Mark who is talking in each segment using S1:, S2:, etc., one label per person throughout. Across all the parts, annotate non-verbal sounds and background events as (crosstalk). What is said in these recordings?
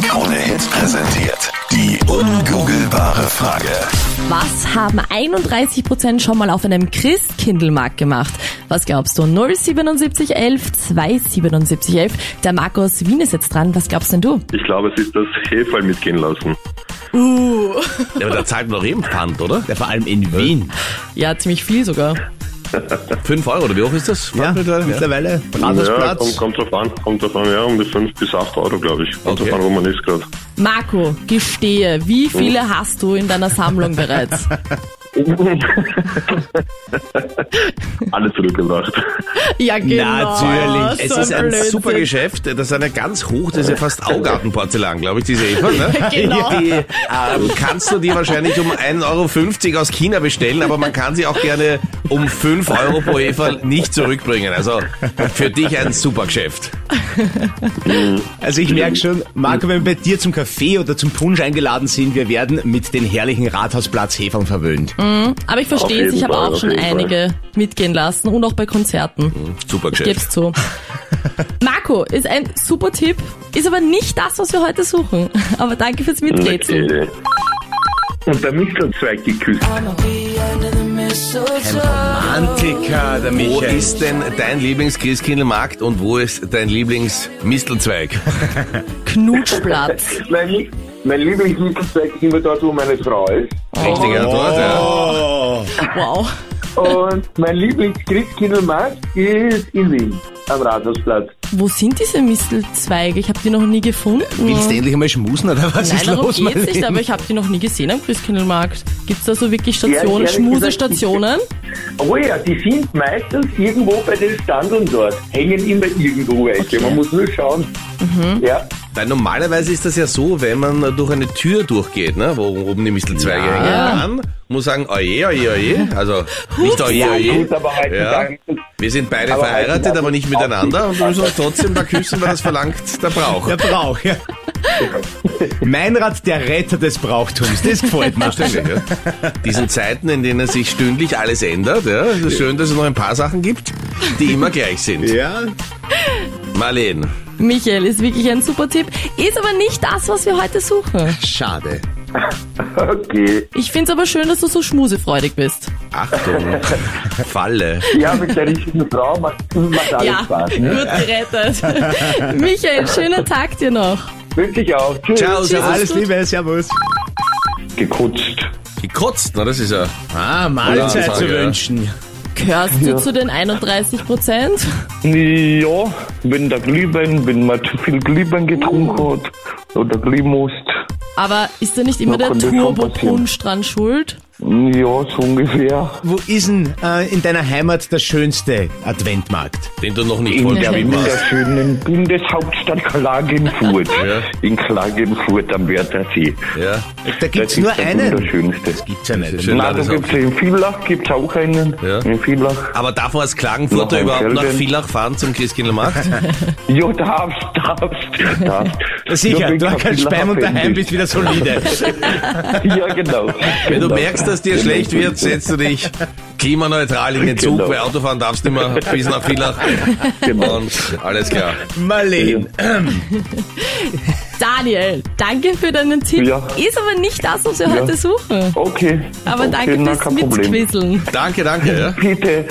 S1: 1 präsentiert die ungoogelbare Frage.
S2: Was haben 31% schon mal auf einem Christkindlmarkt gemacht? Was glaubst du? 07711 27711. Der Markus Wien ist jetzt dran. Was glaubst denn du?
S3: Ich glaube, es ist das Hefeil mitgehen lassen.
S2: Uh.
S4: Ja, aber da zahlt man doch eben Pfand, oder? Ja, vor allem in Wien.
S2: Ja, ziemlich viel sogar.
S4: 5 Äh. Euro, oder wie hoch ist das?
S5: Ja, mittlerweile.
S3: Ja,
S4: Ah,
S5: Brandesplatz.
S3: kommt, kommt drauf an, kommt drauf an, ja, um die 5 bis 8 Euro, glaube ich. Kommt
S4: Okay.
S3: drauf an, wo man ist gerade.
S2: Marco, gestehe, wie viele hast du in deiner Sammlung bereits?
S3: Alle zurückgebracht.
S2: (laughs) Ja, genau.
S4: Natürlich.
S2: so
S4: es ist ein
S2: Blödsinn.
S4: super Geschäft. Das ist eine ganz hoch, das ist ja fast Augartenporzellan, glaube ich, diese Eva. Ne?
S2: (laughs) Genau.
S4: Die ähm, kannst du dir wahrscheinlich um 1,50 Euro aus China bestellen, aber man kann sie auch gerne um 5 Euro pro Eva nicht zurückbringen. Also für dich ein super Geschäft.
S5: Also ich merke schon, Marco, wenn wir bei dir zum Kaffee oder zum Punsch eingeladen sind, wir werden mit den herrlichen Rathausplatz Hefern verwöhnt.
S2: Aber ich
S3: Auf
S2: verstehe es,
S3: jeden
S2: ich habe
S3: Fall,
S2: auch
S3: auf
S2: schon
S3: jeden Fall.
S2: einige mitgehen lassen und auch bei Konzerten.
S4: Super Geschäft.
S2: Geb's zu. Marco, ist ein super Tipp, ist aber nicht das, was wir heute suchen. Aber danke fürs
S3: (laughs)
S2: Miträtseln.
S3: Okay. Und der Mistelzweig geküsst.
S5: Antika, der
S4: Wo
S5: Michael.
S4: ist denn dein Lieblings-Christkindlmarkt und wo ist dein Lieblings-Mistelzweig?
S2: Knutschplatz.
S6: Mein, Lie- mein Lieblingsmittelzweck ist immer dort, wo meine Frau ist. Oh.
S4: Richtige Antwort, ja.
S2: Wow.
S6: Und mein Lieblings-Christkindlmarkt ist in Wien, am Rathausplatz.
S2: Wo sind diese Mistelzweige? Ich habe die noch nie gefunden.
S5: Willst du endlich einmal schmusen oder was
S2: Nein,
S5: ist
S2: darum
S5: los, mein
S2: geht's nicht,
S5: Lieber?
S2: aber ich habe die noch nie gesehen am Christkindlmarkt. Gibt's da so wirklich Stationen,
S6: ehrlich
S2: Schmusestationen?
S6: Oh ja, die sind meistens irgendwo bei den Standeln dort. Hängen immer irgendwo welche. Man muss nur schauen. Ja.
S4: Weil normalerweise ist das ja so, wenn man durch eine Tür durchgeht, ne, wo oben die Mistelzweige hängen, dann muss sagen, oje, oje, oje. Also nicht oje, oje.
S6: Gut, aber heutzutage.
S4: Wir sind beide
S6: Aber
S5: halt
S4: verheiratet,
S6: heutzutage
S4: aber nicht miteinander und wir müssen uns trotzdem da küssen, weil das verlangt der Brauch.
S5: Der Brauch, ja. Meinrad, der Retter des Brauchtums, das gefällt mir.
S4: Verständlich, ja. Diesen Zeiten, in denen sich stündlich alles ändert, ja, ist es schön, dass es noch ein paar Sachen gibt, die immer gleich sind.
S5: Ja,
S4: Marleen,
S2: Michael, ist wirklich ein super Tipp. Ist aber nicht das, was wir heute suchen.
S5: schade.
S6: Okay.
S2: Ich find's aber schön, dass du so schmusefreudig bist.
S4: Achtung, Falle.
S6: Ja, mit der richtigen Frau macht, macht alles
S2: ja,
S6: Spaß. Ne?
S2: gut
S5: (laughs)
S2: gerettet. Michael, schönen Tag dir noch.
S6: Wirklich auch. Tschüss.
S4: Ciao, servus.
S5: Alles Liebe, Servus.
S3: Gekutzt.
S4: Gekotzt, na, das ist ja.
S5: Ah, Mahlzeit
S4: Ja,
S5: zu
S4: ja.
S5: wünschen.
S2: Gehörst du zu den 31 Prozent?
S7: Ja, wenn der Glühwein, wenn man zu viel Glühwein
S6: Oh.
S7: getrunken hat oder Glühmost,
S2: Aber ist da nicht immer
S7: Ja,
S2: der
S7: kann das schon
S2: Turbo-Punsch dran schuld?
S7: ja, so ungefähr.
S5: Wo ist denn äh, in deiner Heimat der schönste Adventmarkt?
S4: Den du noch nicht
S7: In
S4: voll
S7: der
S4: geschrieben hast.
S7: wunderschönen Bundeshauptstadt Klagenfurt.
S4: Ja.
S7: In Klagenfurt am Wörthersee.
S4: Ja.
S5: Da gibt's
S7: Das
S5: nur
S7: ist der
S5: einen.
S7: wunderschönste.
S5: Gibt's ja nicht.
S4: Schön,
S7: Nein,
S4: alles
S7: da
S4: auf.
S7: gibt's in Villach gibt's auch einen.
S4: Ja.
S7: In Villach.
S4: Aber darf man als Klagenfurter
S7: Noch ein
S4: überhaupt nach
S7: Kelvin.
S4: Villach fahren zum Christkindlmarkt?
S7: Ja, darfst, darfst, darfst. Ja,
S5: Sicher,
S7: wenn
S5: du hast
S7: kein
S5: keinen
S7: Villacher
S5: Speim und
S7: Fan
S5: daheim bist wieder
S8: (laughs)
S5: solide.
S7: (laughs) Ja, genau.
S4: Wenn du
S7: Genau.
S4: merkst, dass dir schlecht wird, setzt du dich klimaneutral in den Zug,
S7: Genau.
S4: weil Autofahren darfst du immer bis nach Villach. Und alles klar.
S5: Marleen,
S2: Daniel, danke für deinen Tipp.
S7: Ja.
S2: Ist aber nicht das, was wir heute suchen.
S7: Okay.
S2: Aber
S7: okay,
S2: danke
S7: na,
S2: fürs
S7: kein Problem.
S2: Mitquizzeln.
S4: Danke, danke. Ja.
S7: Bitte.
S8: Äh,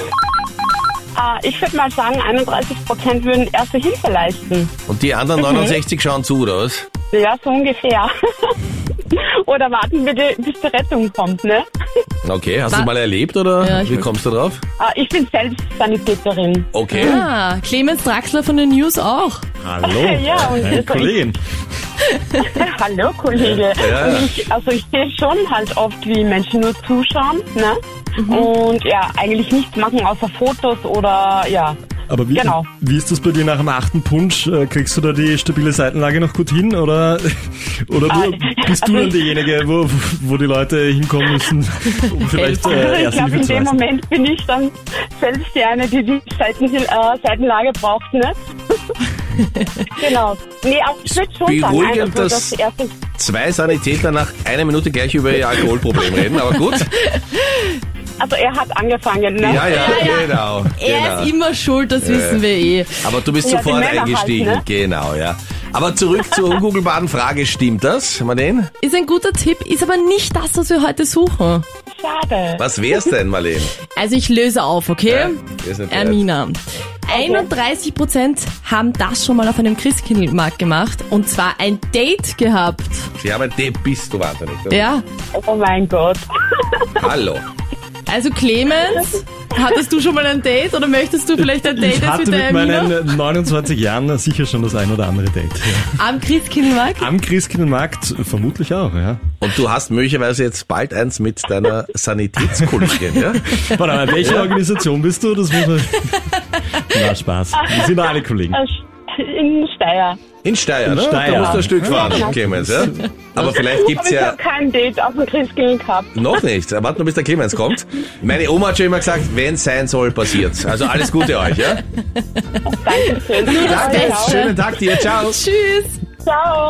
S8: ich würde mal sagen, 31 Prozent würden erste Hilfe leisten.
S4: Und die anderen 69 schauen zu, oder was?
S8: Ja, so ungefähr. (laughs) Oder warten wir, die- bis die Rettung kommt, ne? (laughs)
S4: Okay, hast du
S2: Da-
S4: mal erlebt oder
S2: Ja, ich
S4: wie
S2: weiß.
S4: kommst du drauf?
S8: Äh, ich bin selbst Sanitäterin.
S4: Okay.
S2: Ah, Clemens Draxler von den News auch.
S5: Hallo.
S8: (laughs) Ja, und also
S5: Kollegin.
S8: ich, (laughs) hallo Kollege.
S4: Ja.
S8: Und ich, also ich sehe schon halt oft, wie Menschen nur zuschauen, ne? Und ja, eigentlich nichts machen außer Fotos oder ja.
S9: Aber wie,
S8: Genau.
S9: wie ist das bei dir nach dem achten Punsch? Äh, Kriegst du da die stabile Seitenlage noch gut hin oder, (laughs) oder wo,
S8: Ah,
S9: bist du
S8: also
S9: dann
S8: ich-
S9: diejenige, wo, wo die Leute hinkommen müssen,
S8: (laughs)
S9: um vielleicht äh,
S8: ich
S9: erste
S8: glaube,
S9: Hilfe
S8: in
S9: zu
S8: dem
S9: leisten?
S8: Moment bin ich dann selbst die eine, die die Seiten, äh, Seitenlage
S4: (laughs)
S8: braucht, ne? genau. Nee, auch ich würde schon sagen,
S4: Beruhigend,
S8: also
S4: dass-
S8: das erste
S4: Zwei Sanitäter nach einer Minute gleich über ihr Alkoholproblem reden, aber gut.
S8: Also er hat angefangen, ne?
S4: Ja, ja, genau.
S2: Er
S4: genau.
S2: ist immer schuld, das wissen wir eh.
S4: Aber du bist
S8: Ja, die
S4: sofort
S8: Männer halt,
S4: eingestiegen.
S8: ne?
S4: Genau, ja. Aber zurück zur ungoogelbaren Frage, stimmt das, Marlene?
S2: Ist ein guter Tipp, ist aber nicht das, was wir heute suchen.
S8: Schade.
S4: Was wär's denn, Marlene?
S2: Also ich löse auf,
S4: (laughs) Ja,
S2: okay?
S4: wir sind bereit.
S2: Ermina. 31% haben das schon mal auf einem Christkindlmarkt gemacht und zwar ein Date gehabt.
S4: Sie haben ein D, bist du wahnsinnig. oder?
S2: Ja,
S8: Oh mein Gott.
S4: Hallo.
S2: also Clemens, hattest du schon mal ein Date oder möchtest du vielleicht ein Date
S9: Ich
S2: jetzt
S9: hatte
S2: mit der
S9: mit
S2: Ermina?
S9: meinen 29 Jahren sicher schon das ein oder andere Date.
S8: (laughs)
S9: Ja.
S2: Am Christkindlmarkt?
S9: Am Christkindlmarkt vermutlich auch, ja.
S4: Und du hast möglicherweise jetzt bald eins mit deiner Sanitätskollegin, ja?
S9: Warte mal, welche Organisation bist du? Das
S8: (laughs)
S9: muss man... Na, Spaß. Wir sind alle Kollegen.
S8: Aus- Äh, In Steyr.
S4: In Steyr, ne?
S9: Steyr.
S4: Da musst du ein Stück fahren, Clemens, ja? Aber vielleicht
S8: Aber
S4: gibt's
S8: ich
S4: ja
S8: habe kein Date auf dem Christkindl gehabt.
S4: noch nichts. Warte nur, bis der Clemens kommt. Meine Oma hat schon immer gesagt, wenn's sein soll, passiert's. Also alles Gute euch, ja?
S8: Dankeschön.
S4: Danke, schönen Tag dir, ciao.
S2: Tschüss.
S8: Ciao.